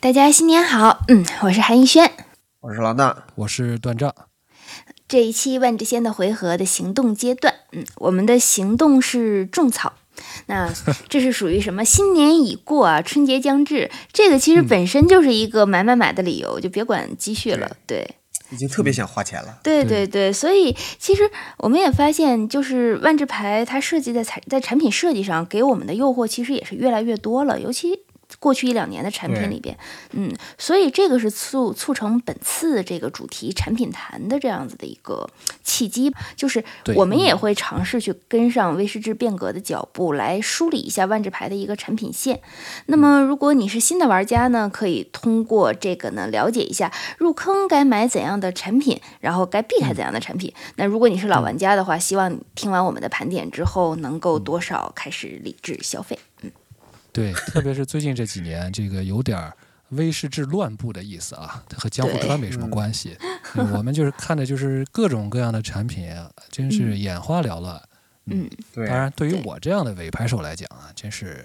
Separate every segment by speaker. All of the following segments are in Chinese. Speaker 1: 大家新年好，嗯，我是韩逸轩。
Speaker 2: 我是老大，
Speaker 3: 我是段丈，
Speaker 1: 这一期万智仙的回合的行动阶段，嗯，我们的行动是种草。那这是属于什么？新年已过啊，春节将至，这个其实本身就是一个买买买的理由，就别管积蓄了。对，
Speaker 2: 已经
Speaker 3: 嗯
Speaker 2: 特别想花钱了。
Speaker 1: 对对
Speaker 3: 对
Speaker 1: 对，所以其实我们也发现，就是万智牌它设计在产在产品设计上给我们的诱惑其实也是越来越多了，尤其过去一两年的产品
Speaker 2: 对
Speaker 1: 里边，嗯，所以这个是促促成本次这个主题产品谈的这样子的一个契机，就是
Speaker 3: 对
Speaker 1: 我们也会尝试去跟上威士忌变革的脚步，来梳理一下万智牌的一个产品线。那么，如果你是新的玩家呢，可以通过这个呢了解一下入坑该买怎样的产品，然后该
Speaker 2: 嗯
Speaker 1: 避开怎样的产品。那如果你是老玩家的话，希望你听完我们的盘点之后，能
Speaker 2: 嗯
Speaker 1: 够多少开始理智消费。
Speaker 3: 对， 特别是最近这几年，这个有点儿威士忌乱步的意思啊，它和江户
Speaker 1: 对
Speaker 3: 川没什么关系。嗯我们就是看的就是各种各样的产品啊，真是眼花缭乱。
Speaker 1: 嗯，
Speaker 2: 对，
Speaker 3: 当然，对于
Speaker 1: 对
Speaker 3: 我这样的伪牌手来讲啊，真是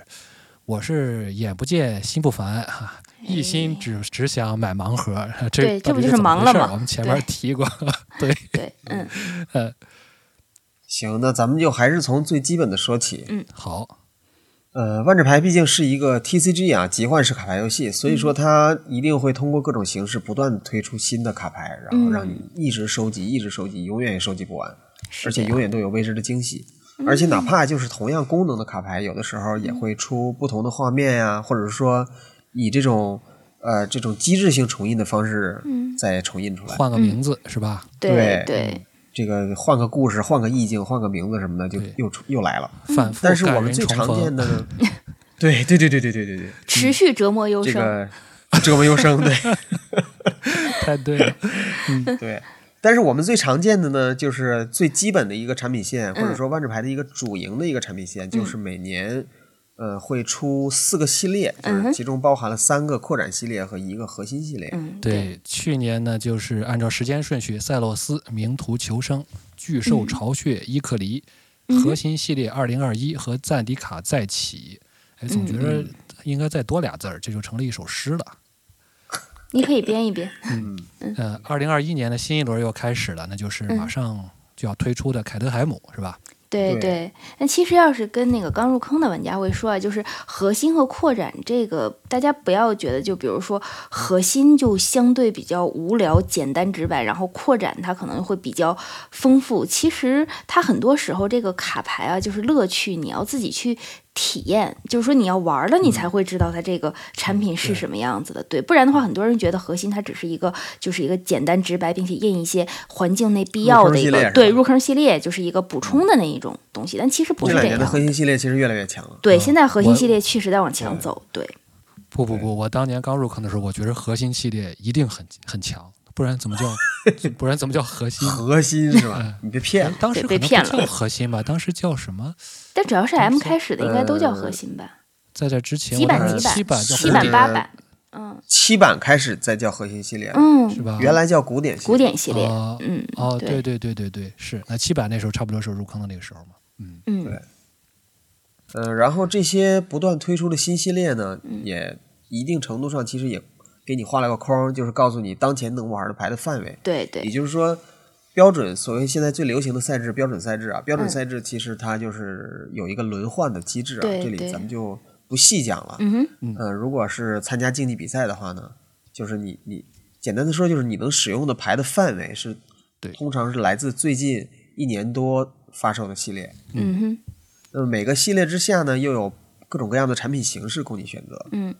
Speaker 3: 我是眼不见心不烦啊，一心只只想买盲盒。 啊
Speaker 1: 哎对这
Speaker 3: 这到
Speaker 1: 不
Speaker 3: 底
Speaker 1: 就是
Speaker 3: 怎么
Speaker 1: 忙
Speaker 3: 回
Speaker 1: 了
Speaker 3: 事儿
Speaker 1: 吗
Speaker 3: 我们前面
Speaker 1: 对
Speaker 3: 提过， 对，
Speaker 1: 对，嗯，
Speaker 2: 行，那咱们就还是从最基本的说起。
Speaker 3: 好，
Speaker 2: 呃，万智牌毕竟是一个 TCG 啊，集换式卡牌游戏，所以
Speaker 3: 嗯
Speaker 2: 说它一定会通过各种形式不断地推出新的卡牌，然
Speaker 3: 嗯
Speaker 2: 后让你一直收集，一直收集，永远也收集不完，
Speaker 1: 是
Speaker 2: 而且
Speaker 1: 这
Speaker 2: 永
Speaker 1: 样
Speaker 2: 远都有未知的惊喜。
Speaker 3: 嗯
Speaker 2: 而且哪怕就是同样功能的卡牌，有的时候也会出不同的画面呀、或者说以这种呃这种机制性重印的方式
Speaker 3: 嗯
Speaker 2: 再重印出来。
Speaker 1: 嗯
Speaker 3: 换个名字、是吧？
Speaker 1: 对
Speaker 2: 对嗯
Speaker 1: 对，
Speaker 2: 这个换个故事、换个意境、换个名字什么的，就
Speaker 3: 对
Speaker 2: 又出又来了。
Speaker 1: 嗯
Speaker 3: 反复
Speaker 2: 但是我
Speaker 3: 感
Speaker 2: 们
Speaker 3: 人
Speaker 2: 最
Speaker 3: 重
Speaker 2: 常见
Speaker 3: 逢，
Speaker 2: 的 呢，对对对对对对对对，
Speaker 1: 持续折磨优
Speaker 2: 嗯 这
Speaker 1: 生，
Speaker 2: 个折磨优 生，对
Speaker 3: 太对了。
Speaker 2: 对。但是我们最常见的呢，就是最基本的一个产品线，或
Speaker 1: 嗯
Speaker 2: 者说万智牌的一个主营的一个产品线，就是每年呃会出四个系列，就
Speaker 1: 嗯哼
Speaker 2: 是其中包含了三个扩展系列和一个核心系列。
Speaker 1: 嗯，对，
Speaker 3: 对，去年呢，就是按照时间顺序，塞洛斯、名图求生、巨
Speaker 1: 嗯
Speaker 3: 兽巢穴、伊克里、核心系列二零二一和赞迪卡再起。哎，总
Speaker 1: 嗯
Speaker 3: 觉得应该再多俩字儿，这就成了一首诗了。
Speaker 1: 你可以编一编，
Speaker 3: 呃，二零二一年的新一轮又开始了，那就是
Speaker 1: 嗯
Speaker 3: 马上就要推出的凯德海姆，是吧？
Speaker 1: 对
Speaker 2: 对
Speaker 1: 对，那其实要是跟那个刚入坑的玩家会说啊，就是核心和扩展这个，大家不要觉得就比如说核心就相对比较无聊、简单直白，然后扩展它可能会比较丰富。其实它很多时候这个卡牌啊，就是乐趣，你要自己去。体验就是说，你要玩了，你
Speaker 2: 嗯
Speaker 1: 才会知道它这个产品是什么样子的，对。不然的话，很多人觉得核心它只是一个，就是一个简单直白，并且印一些环境内必要的一
Speaker 2: 入坑系列是
Speaker 1: 个
Speaker 2: 吧
Speaker 1: 对入坑系列就是一个补充的那一种东西，但其实不是
Speaker 2: 这两
Speaker 1: 这
Speaker 2: 年的核
Speaker 1: 样。
Speaker 2: 心系列其实越来越强了。
Speaker 1: 对，现在核心
Speaker 3: 我
Speaker 1: 系列确实在往前走。对，
Speaker 3: 不不不，我当年刚入坑的时候，我觉得核心系列一定很很强，不然怎么 叫不然怎么叫核心？
Speaker 2: 核心是
Speaker 3: 嗯
Speaker 2: 吧？你别骗了。
Speaker 3: 当时
Speaker 1: 对被
Speaker 3: 可能不
Speaker 1: 骗了
Speaker 3: 叫核心吧，当时叫什么？
Speaker 1: 但只要是 M 开始的，应该都叫
Speaker 2: 呃
Speaker 1: 核心吧？
Speaker 3: 在这之前，
Speaker 1: 几版
Speaker 3: 我当时
Speaker 1: 几
Speaker 3: 呃七
Speaker 1: 版
Speaker 3: 版叫
Speaker 1: 七
Speaker 3: 蝴
Speaker 1: 版
Speaker 3: 蝶
Speaker 1: 八版，嗯
Speaker 2: 七版开始再叫核心系列了，
Speaker 3: 是
Speaker 1: 嗯，
Speaker 3: 吧？
Speaker 2: 原来叫古典系列。
Speaker 1: 古典系列，
Speaker 3: 哦
Speaker 1: 嗯，
Speaker 3: 哦，
Speaker 1: 对
Speaker 3: 对对对对对，是那七百那时候差不多是入坑的那个时候嘛。
Speaker 1: 嗯
Speaker 2: 对嗯，然后这些不断推出的新系列呢，
Speaker 1: 嗯
Speaker 2: 也一定程度上其实也给你画了个框，就是告诉你当前能玩的牌的范围。
Speaker 1: 对
Speaker 2: 也
Speaker 1: 对
Speaker 2: 就是说，标准所谓现在最流行的赛制，标准赛制啊，标准
Speaker 1: 嗯
Speaker 2: 赛制其实它就是有一个轮换的机制啊，
Speaker 1: 对
Speaker 2: 这里
Speaker 1: 对
Speaker 2: 咱们就不细讲了。
Speaker 1: 嗯哼，
Speaker 2: 呃，如果是参加竞技比赛的话呢，就是你你简单的说，就是你能使用的牌的范围是，
Speaker 3: 对
Speaker 2: 通常是来自最近一年多发售的系列。
Speaker 1: 嗯哼，
Speaker 2: 那么每个系列之下呢，又有各种各样的产品形式供你选择。
Speaker 1: 嗯，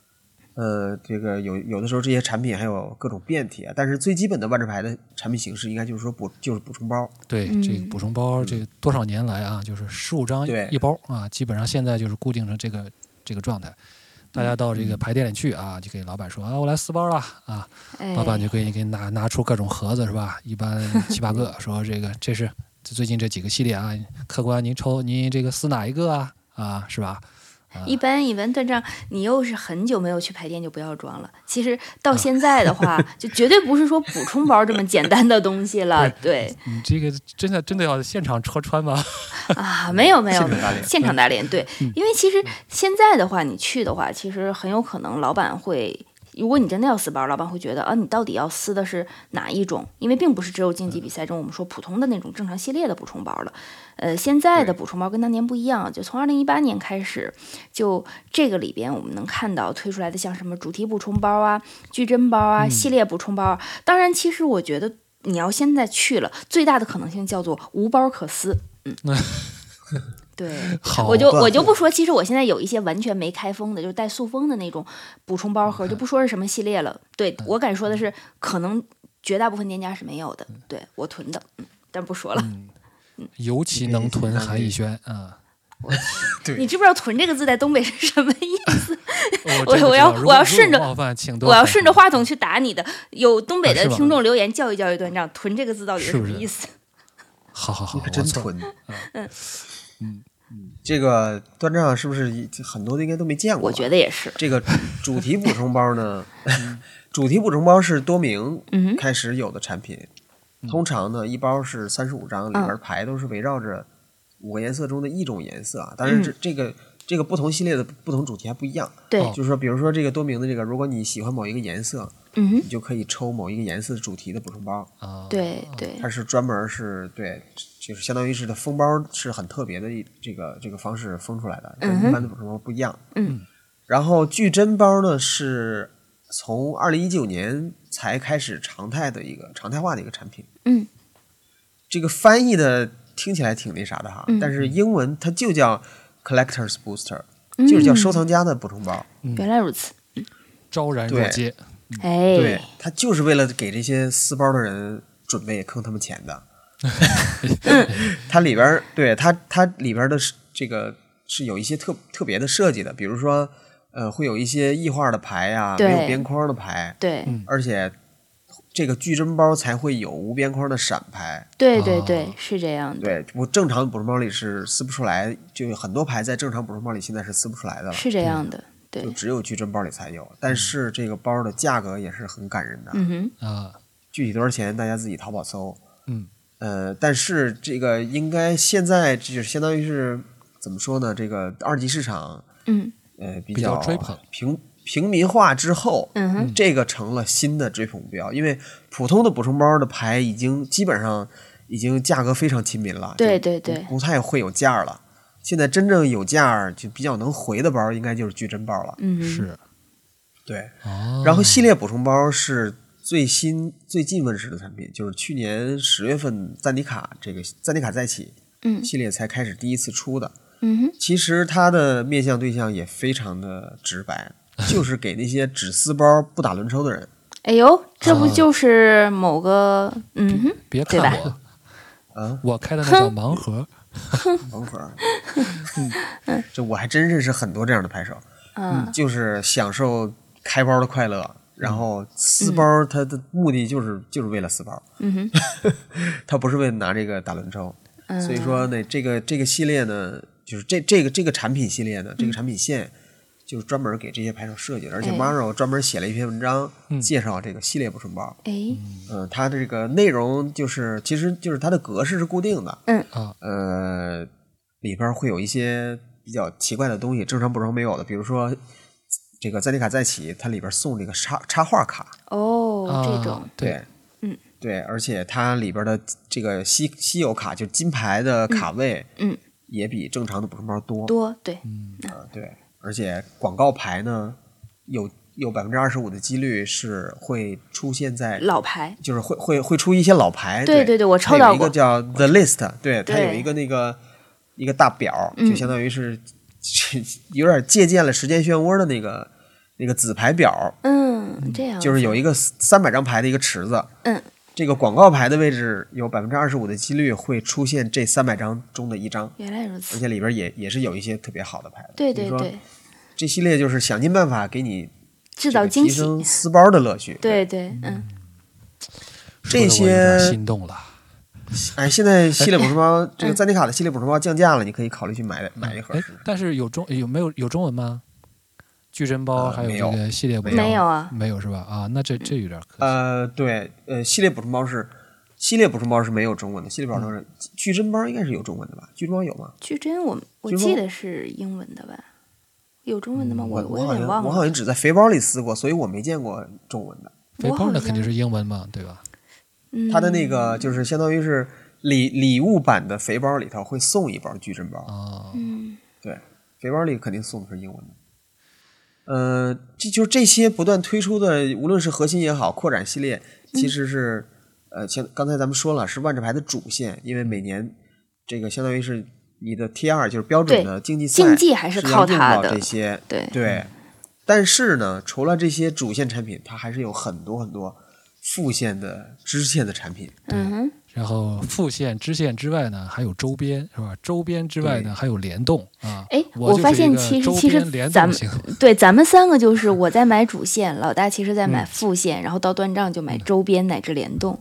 Speaker 2: 呃，这个有有的时候这些产品还有各种变体啊，但是最基本的万智牌的产品形式应该就是说补就是补充包。
Speaker 3: 对，这
Speaker 1: 嗯
Speaker 3: 个补充包，这个多少年来啊，就是十五张
Speaker 2: 对
Speaker 3: 一包啊，基本上现在就是固定成这个这个状态。大家到
Speaker 1: 嗯
Speaker 3: 这个牌店里去啊，就给老板说啊，我来四包了啊，
Speaker 1: 哎，
Speaker 3: 老板就给你给你拿拿出各种盒子是吧？一般七八 个，说这个这是这最近这几个系列啊，客官您抽您这个撕哪一个啊啊是吧？
Speaker 1: 一般一般断账，你又是很久没有去排店，就不要装了。其实到现在的话，就绝对不是说补充包这么简单的东西了。对
Speaker 3: 你这个真的真的要现场戳穿吗？
Speaker 1: 啊，没有没有
Speaker 2: 现场打脸嗯
Speaker 1: 现场打脸。对，因为其实现在的话，你去的话，其实很有可能老板会如果你真的要撕包，老板会觉得啊，你到底要撕的是哪一种？因为并不是只有竞
Speaker 2: 嗯
Speaker 1: 技比赛中我们说普通的那种正常系列的补充包了。呃，现在的补充包跟当年不一样，就从二零一八年开始，就这个里边我们能看到推出来的像什么主题补充包啊、矩阵包啊、系列补充包啊。当然，其实我觉得你要现在去了，最大的可能性叫做无包可撕。嗯，对。
Speaker 3: 好，
Speaker 1: 我就
Speaker 2: 吧
Speaker 1: 我就不说，其实我现在有一些完全没开封的，就是带塑封的那种补充包盒，就不说是什么系列了。对我敢说的是，可能绝大部分店家是没有的。对我囤的，嗯，但不说了。
Speaker 3: 尤其能囤韩逸轩 啊！
Speaker 2: 对
Speaker 1: 你知不知道“囤”这个字在东北是什么意思？
Speaker 3: 真的
Speaker 1: 我
Speaker 3: 知
Speaker 1: 要
Speaker 3: 道如
Speaker 1: 我要
Speaker 3: 果
Speaker 1: 顺着
Speaker 3: 冒犯，请多
Speaker 1: 我要
Speaker 3: 海
Speaker 1: 顺着话筒去打你的。有东北
Speaker 3: 啊
Speaker 1: 的
Speaker 3: 是吧
Speaker 1: 听众留言教育教育段长，“囤”这个字到底
Speaker 3: 是不
Speaker 1: 什么
Speaker 3: 是
Speaker 1: 意思？
Speaker 3: 好好好，
Speaker 2: 你
Speaker 3: 我
Speaker 2: 可真
Speaker 3: 错了
Speaker 2: 囤。
Speaker 1: 嗯
Speaker 2: 嗯，这个端账是不是一很多的应该都没见过吧？
Speaker 1: 我觉得也是。
Speaker 2: 这个主题补充包呢， 主题补充包是多明
Speaker 1: 嗯
Speaker 2: 开始有的产品，通常呢一包是三十五张，里边牌都是围绕着五个颜色中的一种颜色啊。但是这、这个这个不同系列的不同主题还不一样，
Speaker 1: 对，
Speaker 3: 哦
Speaker 2: 就是说，比如说这个多明的这个，如果你喜欢某一个颜色，
Speaker 1: 嗯哼
Speaker 2: 你，就可以抽某一个颜色主题的补充包，
Speaker 3: 啊，
Speaker 1: 对对
Speaker 2: 它是专门是对，就是相当于是的封包是很特别的一这个这个方式封出来的，跟
Speaker 1: 嗯哼
Speaker 2: 一般的补充包不一样。
Speaker 1: 嗯。
Speaker 2: 然后矩阵包呢是从二零一九年才开始常态的一个常态化的一个产品。
Speaker 1: 嗯，
Speaker 2: 这个翻译的听起来挺那啥的哈，
Speaker 1: 嗯
Speaker 2: 但是英文它就叫 collector's booster，、
Speaker 1: 嗯，
Speaker 2: 就是叫收藏家的补充包。
Speaker 1: 原来如此，
Speaker 3: 昭然若
Speaker 2: 对
Speaker 3: 揭，
Speaker 1: 哎，
Speaker 2: 对，它就是为了给这些撕包的人准备坑他们 钱的。它里边儿对它它里边儿的是这个是有一些特特别的设计的，比如说呃会有一些异画的牌呀、
Speaker 1: 对
Speaker 2: 没有边框的牌，
Speaker 1: 对
Speaker 2: 而且这个矩阵包才会有无边框的闪牌。
Speaker 1: 对对对
Speaker 3: 啊，
Speaker 1: 是这样的，
Speaker 2: 对，我正常的补充包里是撕不出来，就有很多牌在正常补充包里现在是撕不出来的了，
Speaker 1: 是嗯这样的，对
Speaker 2: 就，只有矩阵包里才有。但是这个包的价格也是很感人的，
Speaker 1: 嗯哼，
Speaker 3: 啊，
Speaker 2: 具体多少钱大家自己淘宝搜。
Speaker 3: 嗯，
Speaker 2: 呃，但是这个应该现在这就是相当于是怎么说呢？这个二级市场
Speaker 1: 嗯
Speaker 2: 呃比
Speaker 3: 比较
Speaker 2: 较
Speaker 3: 追捧
Speaker 2: 平平民化之后，
Speaker 1: 嗯哼，
Speaker 2: 这个成了新的追捧目标，因为普通的补充包的牌已经基本上已经价格非常亲民了，
Speaker 1: 对
Speaker 2: 就
Speaker 1: 对对
Speaker 2: 不不太会有价儿了。现在真正有价儿就比较能回的包，应该就是矩阵包了。
Speaker 1: 嗯哼，
Speaker 3: 是
Speaker 2: 对，
Speaker 3: 哦，
Speaker 2: 嗯然后系列补充包是最新最近问世的产品，就是去年十月份赞迪卡这个赞迪卡再起
Speaker 1: 嗯
Speaker 2: 系列才开始第一次出的。
Speaker 1: 嗯哼，
Speaker 2: 其实它的面向对象也非常的直白，就是给那些只撕包不打轮抽的人。
Speaker 1: 哎呦，这不
Speaker 3: 啊
Speaker 1: 就是某个，嗯哼，
Speaker 3: 别
Speaker 1: 对
Speaker 3: 看
Speaker 1: 吧
Speaker 3: 我，
Speaker 2: 啊，
Speaker 3: 我开的那叫盲盒，
Speaker 2: 等会儿， 这我还真认识很多这样的牌手，
Speaker 1: 嗯，
Speaker 2: 就是享受开包的快乐，然后撕包，他的目的就是就是为了撕包，
Speaker 1: 嗯
Speaker 2: 他不是为了拿这个打轮抽。
Speaker 1: 哼，
Speaker 2: 所以
Speaker 1: 嗯
Speaker 2: 说呢，这个这个系列呢，就是这这个这个产品系列呢，这个产品线就是专门给这些牌手设计的，而且
Speaker 1: 嗯哎嗯
Speaker 2: Maro 专门写了一篇文章介绍这个系列补充包。
Speaker 1: 哎，
Speaker 2: 嗯，它的这个内容就是，其实就是它的格式是固定的。
Speaker 1: 嗯
Speaker 3: 啊
Speaker 2: 呃，里边会有一些比较奇怪的东西，正常补充没有的，比如说这个赞迪卡再起，它里边送这个插插画卡。
Speaker 1: 哦，
Speaker 3: 啊
Speaker 1: 这种，
Speaker 3: 对，
Speaker 1: 嗯，
Speaker 2: 对，而且它里边的这个稀稀有卡，就金牌的卡位，
Speaker 1: 嗯嗯
Speaker 2: 也比正常的补充包多。
Speaker 1: 多，对，
Speaker 2: 啊对，而且广告牌呢，有有百分之二十五的几率是会出现在
Speaker 1: 老牌，
Speaker 2: 就是会会会出一些老牌。
Speaker 1: 对
Speaker 2: 对
Speaker 1: 对对我
Speaker 2: 它
Speaker 1: 抽
Speaker 2: 有
Speaker 1: 到
Speaker 2: 一个
Speaker 1: 过
Speaker 2: 叫 The List，对，它有
Speaker 1: 对
Speaker 2: 一个那个一个大表，
Speaker 1: 嗯
Speaker 2: 就相当于是 有点借鉴了时间漩涡的那个那个紫牌表，
Speaker 1: 嗯，这样，
Speaker 2: 就是有一个三百张牌的一个池子。
Speaker 1: 嗯。
Speaker 2: 这个广告牌的位置有百分之二十五的几率会出现这三百张中的一张，
Speaker 1: 原来如
Speaker 2: 而
Speaker 1: 此，
Speaker 2: 且里边也也是有一些特别好的牌的。
Speaker 1: 对
Speaker 2: 所
Speaker 1: 对
Speaker 2: 以说
Speaker 1: 对，
Speaker 2: 这系列就是想尽办法给你
Speaker 1: 制
Speaker 2: 这
Speaker 1: 造
Speaker 2: 个
Speaker 1: 惊
Speaker 2: 提
Speaker 1: 喜，
Speaker 2: 升撕包的乐趣。
Speaker 1: 对对，嗯，
Speaker 2: 这
Speaker 3: 说得我有点
Speaker 2: 些
Speaker 3: 心动了，
Speaker 2: 哎，现在系列补充包，这个赞迪卡的系列补充包降价了，你可以考虑去买买一盒
Speaker 3: 哎。，但是有中有没有有中文吗？矩阵包
Speaker 2: 呃
Speaker 3: 还有
Speaker 2: 没
Speaker 3: 这
Speaker 2: 有嗯
Speaker 3: 个系列包
Speaker 1: 没有啊
Speaker 3: 没有是吧？啊，那这这有点可惜。
Speaker 2: 呃，对，呃，系列补充包是系列补充包是没有中文的，系列补充包是矩阵包应该是有中文的吧？矩阵包有吗？
Speaker 1: 矩阵我我
Speaker 2: 据说
Speaker 1: 记得是英文的吧？有中文的吗？
Speaker 2: 嗯我
Speaker 1: 我
Speaker 2: 好
Speaker 1: 有点
Speaker 2: 像
Speaker 1: 忘
Speaker 2: 我好
Speaker 1: 了。
Speaker 2: 像只在肥包里撕过，所以我没见过中文的。
Speaker 3: 肥
Speaker 1: 我
Speaker 3: 包
Speaker 1: 好
Speaker 3: 那肯
Speaker 1: 像
Speaker 3: 定是英文嘛，对吧？
Speaker 1: 嗯
Speaker 2: 它的那个就是相当于是礼礼物版的肥包里头会送一包矩阵包，
Speaker 3: 啊，
Speaker 1: 嗯
Speaker 2: 对，肥包里肯定送的是英文的。呃，这就是这些不断推出的，无论是核心也好，扩展系列，
Speaker 1: 嗯
Speaker 2: 其实是、呃，像刚才咱们说了，是万智牌的主线，因为每年这个相当于是你的 T 二，就是标准的竞技赛，
Speaker 1: 竞技还是
Speaker 2: 是
Speaker 1: 靠
Speaker 2: 要用
Speaker 1: 它
Speaker 2: 到
Speaker 1: 的
Speaker 2: 这些，
Speaker 1: 对
Speaker 2: 对。但是呢，除了这些主线产品，它还是有很多很多副线的支线的产品。
Speaker 1: 嗯哼
Speaker 3: 然后副线、支线之外呢，还有周边，是吧？周边之外呢，还有联动啊。
Speaker 1: 哎
Speaker 3: 我
Speaker 1: 我
Speaker 3: 就是
Speaker 1: 发
Speaker 3: 一
Speaker 1: 现
Speaker 3: 个
Speaker 1: 其实
Speaker 3: 周
Speaker 1: 其实
Speaker 3: 边联
Speaker 1: 咱
Speaker 3: 动
Speaker 1: 们
Speaker 3: 型，
Speaker 1: 对，咱们三个就是我在买主线，老大其实在买副线，然后到断账就买周边乃至联动。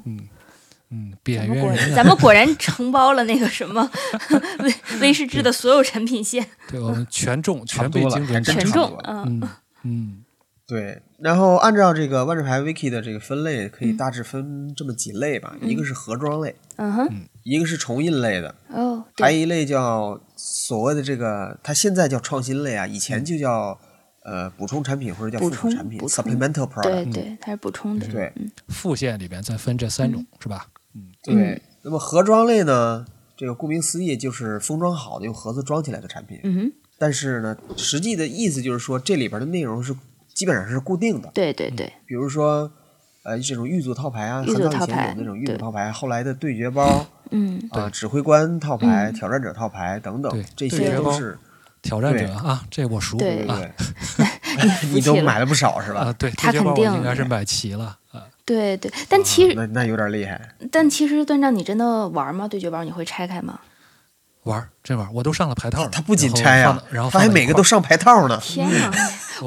Speaker 3: 嗯，边
Speaker 1: 咱们
Speaker 3: 缘
Speaker 1: 果
Speaker 3: 人
Speaker 1: 然，
Speaker 3: 啊
Speaker 1: 咱们果然承包了那个什么 威威士忌的所有产品线，
Speaker 3: 对我们全中，
Speaker 2: 差
Speaker 3: 全
Speaker 2: 不
Speaker 3: 被
Speaker 2: 多了
Speaker 3: 精准
Speaker 2: 还真
Speaker 1: 权
Speaker 2: 差
Speaker 3: 掌
Speaker 2: 不
Speaker 3: 控。
Speaker 1: 重
Speaker 2: 多。
Speaker 1: 嗯，
Speaker 3: 嗯嗯，
Speaker 2: 对，然后按照这个万智牌 Wiki 的这个分类，可以大致分这么几类吧，一个是盒装类，
Speaker 1: 嗯哼，
Speaker 2: 一个是重印类的，
Speaker 3: 嗯
Speaker 1: 哦，
Speaker 2: 还
Speaker 1: 对，
Speaker 2: 有一类叫所谓的这个，它现在叫创新类啊，以前就叫、呃补充产品或者叫附
Speaker 1: 补
Speaker 2: 属
Speaker 1: 充
Speaker 2: 产品
Speaker 1: 补充
Speaker 2: （supplemental
Speaker 1: 对。
Speaker 2: product）
Speaker 1: 对，它是补充的，
Speaker 2: 嗯对
Speaker 3: 副线里边再分这三
Speaker 1: 嗯
Speaker 3: 种，是吧？
Speaker 2: 对那么盒装类呢，这个顾名思义就是封装好的，用盒子装起来的产品。
Speaker 1: 嗯哼，
Speaker 2: 但是呢，实际的意思就是说，这里边的内容是基本上是固定的。
Speaker 1: 对
Speaker 3: 嗯
Speaker 1: 对对，
Speaker 2: 比如说，呃，这种玉组套牌啊，
Speaker 1: 玉
Speaker 2: 很
Speaker 1: 组
Speaker 2: 早
Speaker 1: 套
Speaker 2: 以前
Speaker 1: 牌
Speaker 2: 有那种玉组
Speaker 1: 对
Speaker 2: 套牌，后来的对决包
Speaker 1: 嗯，
Speaker 2: 啊、指挥官套牌、挑战者套牌等等
Speaker 3: 对，
Speaker 2: 这
Speaker 3: 对
Speaker 2: 些
Speaker 3: 决
Speaker 2: 都
Speaker 3: 包
Speaker 2: 是
Speaker 3: 挑战
Speaker 2: 对
Speaker 3: 者啊，这我熟
Speaker 1: 对
Speaker 3: 啊
Speaker 2: 对， 你都买了不少是
Speaker 3: 啊，
Speaker 2: 吧？
Speaker 3: 对，
Speaker 1: 他
Speaker 3: 这些包
Speaker 1: 肯
Speaker 3: 我
Speaker 1: 定
Speaker 3: 应该是买齐了啊。
Speaker 1: 对对，但其实
Speaker 2: 那那有点厉害，
Speaker 1: 但其实段章，你真的玩吗？对决包你会拆开吗？
Speaker 3: 玩儿真玩儿，我都上了牌套了。
Speaker 2: 他不仅
Speaker 3: 然后
Speaker 2: 拆
Speaker 3: 放
Speaker 2: 啊
Speaker 3: 到，然后
Speaker 2: 他
Speaker 3: 放
Speaker 2: 还
Speaker 3: 到一
Speaker 2: 每个
Speaker 3: 块
Speaker 2: 都
Speaker 3: 儿
Speaker 2: 上牌套呢。
Speaker 1: 天哪，
Speaker 3: 嗯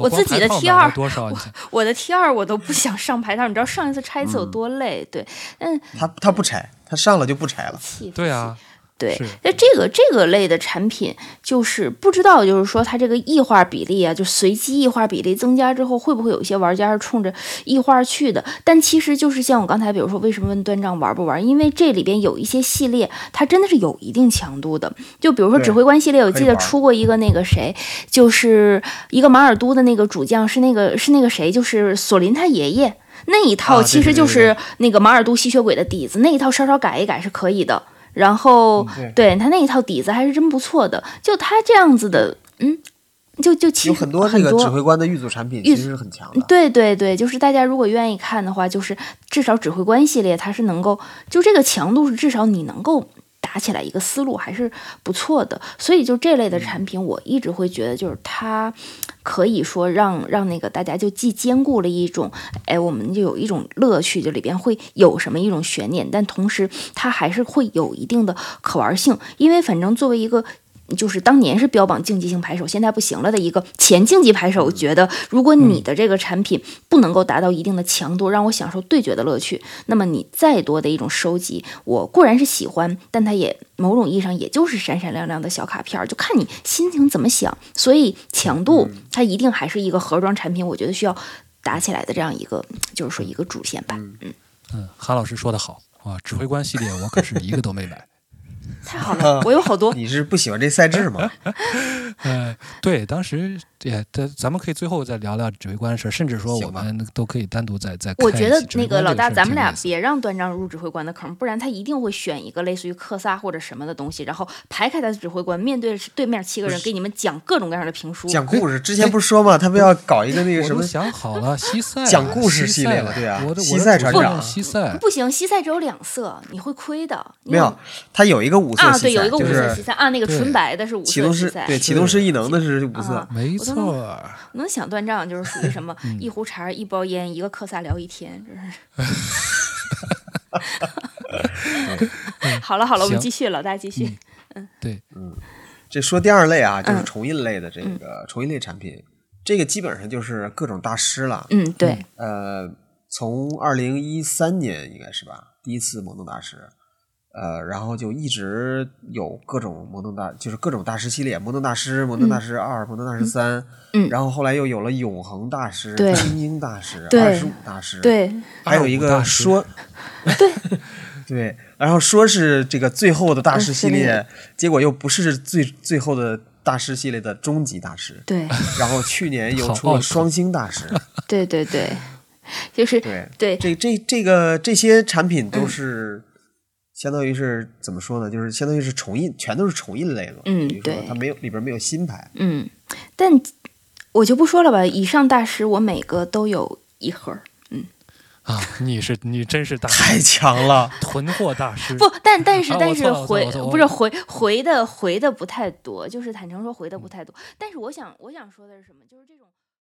Speaker 3: 我
Speaker 1: 我
Speaker 3: 光
Speaker 1: 自己
Speaker 3: 牌
Speaker 1: 的
Speaker 3: 套
Speaker 1: T2
Speaker 3: 买了多少？你想
Speaker 1: 我的 T 二我都不想上牌套，你知道上一次拆一次有多
Speaker 3: 嗯
Speaker 1: 累？对，但
Speaker 2: 他他不拆，他上了就不拆了。
Speaker 1: 气
Speaker 3: 对啊，
Speaker 1: 对
Speaker 3: 是，
Speaker 2: 嗯
Speaker 1: 那这个这个类的产品，就是不知道，就是说它这个异化比例啊，就随机异化比例增加之后，会不会有一些玩家是冲着异化去的？但其实就是像我刚才，比如说为什么问端账玩不玩，因为这里边有一些系列，它真的是有一定强度的。就比如说
Speaker 2: 对
Speaker 1: 指挥官系列，我
Speaker 2: 可以
Speaker 1: 记得
Speaker 2: 玩
Speaker 1: 出过一个那个谁，就是一个马尔都的那个主将是那个是那个谁，就是索林他爷爷。那一
Speaker 2: 啊
Speaker 1: 套
Speaker 2: 对
Speaker 1: 其
Speaker 2: 对
Speaker 1: 实
Speaker 2: 对
Speaker 1: 就
Speaker 2: 对
Speaker 1: 是那个马尔都吸血鬼的底子，那一套稍稍改一改是可以的。然后，
Speaker 2: 嗯
Speaker 1: 对他那一套底子还是真不错的。就他这样子的，嗯，就就其实
Speaker 2: 有很多这个指挥官的预组产品
Speaker 1: 预
Speaker 2: 其实是很强的，
Speaker 1: 对对对，就是大家如果愿意看的话，就是至少指挥官系列它是能够，就这个强度是至少你能够打起来一个思路还是不错的。所以就这类的产品，我一直会觉得就是它可以说让让那个大家就既兼顾了一种，哎，我们就有一种乐趣，就里边会有什么一种悬念，但同时它还是会有一定的可玩性，因为反正作为一个就是当年是标榜竞技性牌手，现在不行了的一个前竞技牌手，我觉得如果你的这个产品不能够达到一定的强度，让我享受对决的乐趣，那么你再多的一种收集，我固然是喜欢，但它也某种意义上也就是闪闪亮亮的小卡片儿，就看你心情怎么想。所以强度它一定还是一个盒装产品，我觉得需要打起来的这样一个，就是说一个主线吧。嗯，
Speaker 3: 嗯，韩老师说的好啊，指挥官系列我可是一个都没买。
Speaker 1: 太好了，我有好多。
Speaker 2: 你是不喜欢这赛制吗？
Speaker 3: 呃，对，当时也，咱咱们可以最后再聊聊指挥官的事儿，甚至说我
Speaker 2: 行吧
Speaker 3: 们都可以单独再再开一
Speaker 1: 我
Speaker 3: 期指
Speaker 1: 觉
Speaker 3: 挥官这事儿。
Speaker 1: 得那个老大，咱们
Speaker 3: 挺有
Speaker 1: 俩
Speaker 3: 意思的
Speaker 1: 别让端章入指挥官的坑，不然他一定会选一个类似于克萨或者什么的东西，然后排开他的指挥官，面对对面七个人给你们讲各种各样的评书。
Speaker 2: 讲故事，之前不是说嘛，他们要搞一个那个
Speaker 3: 我
Speaker 2: 什
Speaker 3: 都
Speaker 2: 么
Speaker 3: 想好了，西塞啊
Speaker 2: 讲故事系
Speaker 3: 西
Speaker 2: 列
Speaker 3: 塞
Speaker 2: 了对啊
Speaker 3: 我的
Speaker 2: 西
Speaker 3: 我的
Speaker 2: 塞
Speaker 3: 主
Speaker 2: 船
Speaker 3: 线
Speaker 2: 长
Speaker 3: 是 西塞，
Speaker 1: 不行，西塞只有两色，你会亏的。你
Speaker 2: 没有？它有一个五
Speaker 1: 嗯
Speaker 2: 色
Speaker 1: 啊，
Speaker 2: 系
Speaker 1: 对，有
Speaker 2: 赛，
Speaker 1: 一个五
Speaker 2: 就
Speaker 1: 色西
Speaker 2: 是
Speaker 1: 塞啊，那个
Speaker 3: 对
Speaker 1: 纯白的是五
Speaker 2: 启
Speaker 1: 色
Speaker 2: 动
Speaker 1: 西
Speaker 2: 式
Speaker 1: 塞。
Speaker 2: 对启动式异能的是五色
Speaker 1: 啊，
Speaker 3: 没
Speaker 1: 我都
Speaker 3: 错儿，
Speaker 1: 能想断账就是属于什么
Speaker 2: 嗯
Speaker 1: 一壶茶、一包烟、一个克萨聊一天， 真是。 好了好了，我们
Speaker 3: 行
Speaker 1: 继续，老大继
Speaker 2: 嗯
Speaker 1: 续。
Speaker 3: 对，
Speaker 2: 这说第二类啊，就是
Speaker 1: 嗯
Speaker 2: 重印类的这个重印类产品，这个基本上就是各种大师了。
Speaker 1: 嗯，对，
Speaker 2: 呃，从二零一三年应该是吧，第一次萌动大师，呃，然后就一直有各种萌动大，就是各种大师系列，萌动大师、萌动大师二、萌动大师三，
Speaker 1: 嗯
Speaker 2: 然后后来又有了永恒大师、
Speaker 1: 对
Speaker 2: 精英大师、
Speaker 1: 对
Speaker 2: 二十五大师，，
Speaker 1: 对，
Speaker 2: 还有一
Speaker 3: 25大
Speaker 2: 个
Speaker 3: 师
Speaker 2: 说， 对对，然后说是这个最后的大师系
Speaker 1: 嗯系
Speaker 2: 列
Speaker 1: 列，
Speaker 2: 结果又不是最最后的大师系列的终极大师，
Speaker 1: 对
Speaker 2: 然后去年又
Speaker 3: 好
Speaker 2: 出
Speaker 3: 拗
Speaker 2: 了
Speaker 3: 口
Speaker 2: 双星大师，
Speaker 1: 对对对，就是
Speaker 2: 对
Speaker 1: 对
Speaker 2: 这这这个这些产品都是、相当于是怎么说呢？就是相当于是重印，全都是重印类了。
Speaker 1: 嗯
Speaker 2: 比如说
Speaker 1: 对
Speaker 2: 它没有里边没有新牌。
Speaker 1: 嗯，但我就不说了吧。以上大师我每个都有一盒儿，
Speaker 3: 啊！你是你真是大
Speaker 2: 太强了，
Speaker 3: 囤货大师，
Speaker 1: 不，但但是
Speaker 3: 啊
Speaker 1: 但
Speaker 3: 我
Speaker 1: 是
Speaker 3: 错了我错了
Speaker 1: 回
Speaker 3: 我错了
Speaker 1: 不是回回的回的不太多，就是坦诚说回的不太多。但是我想我想说的是什么，就是这种。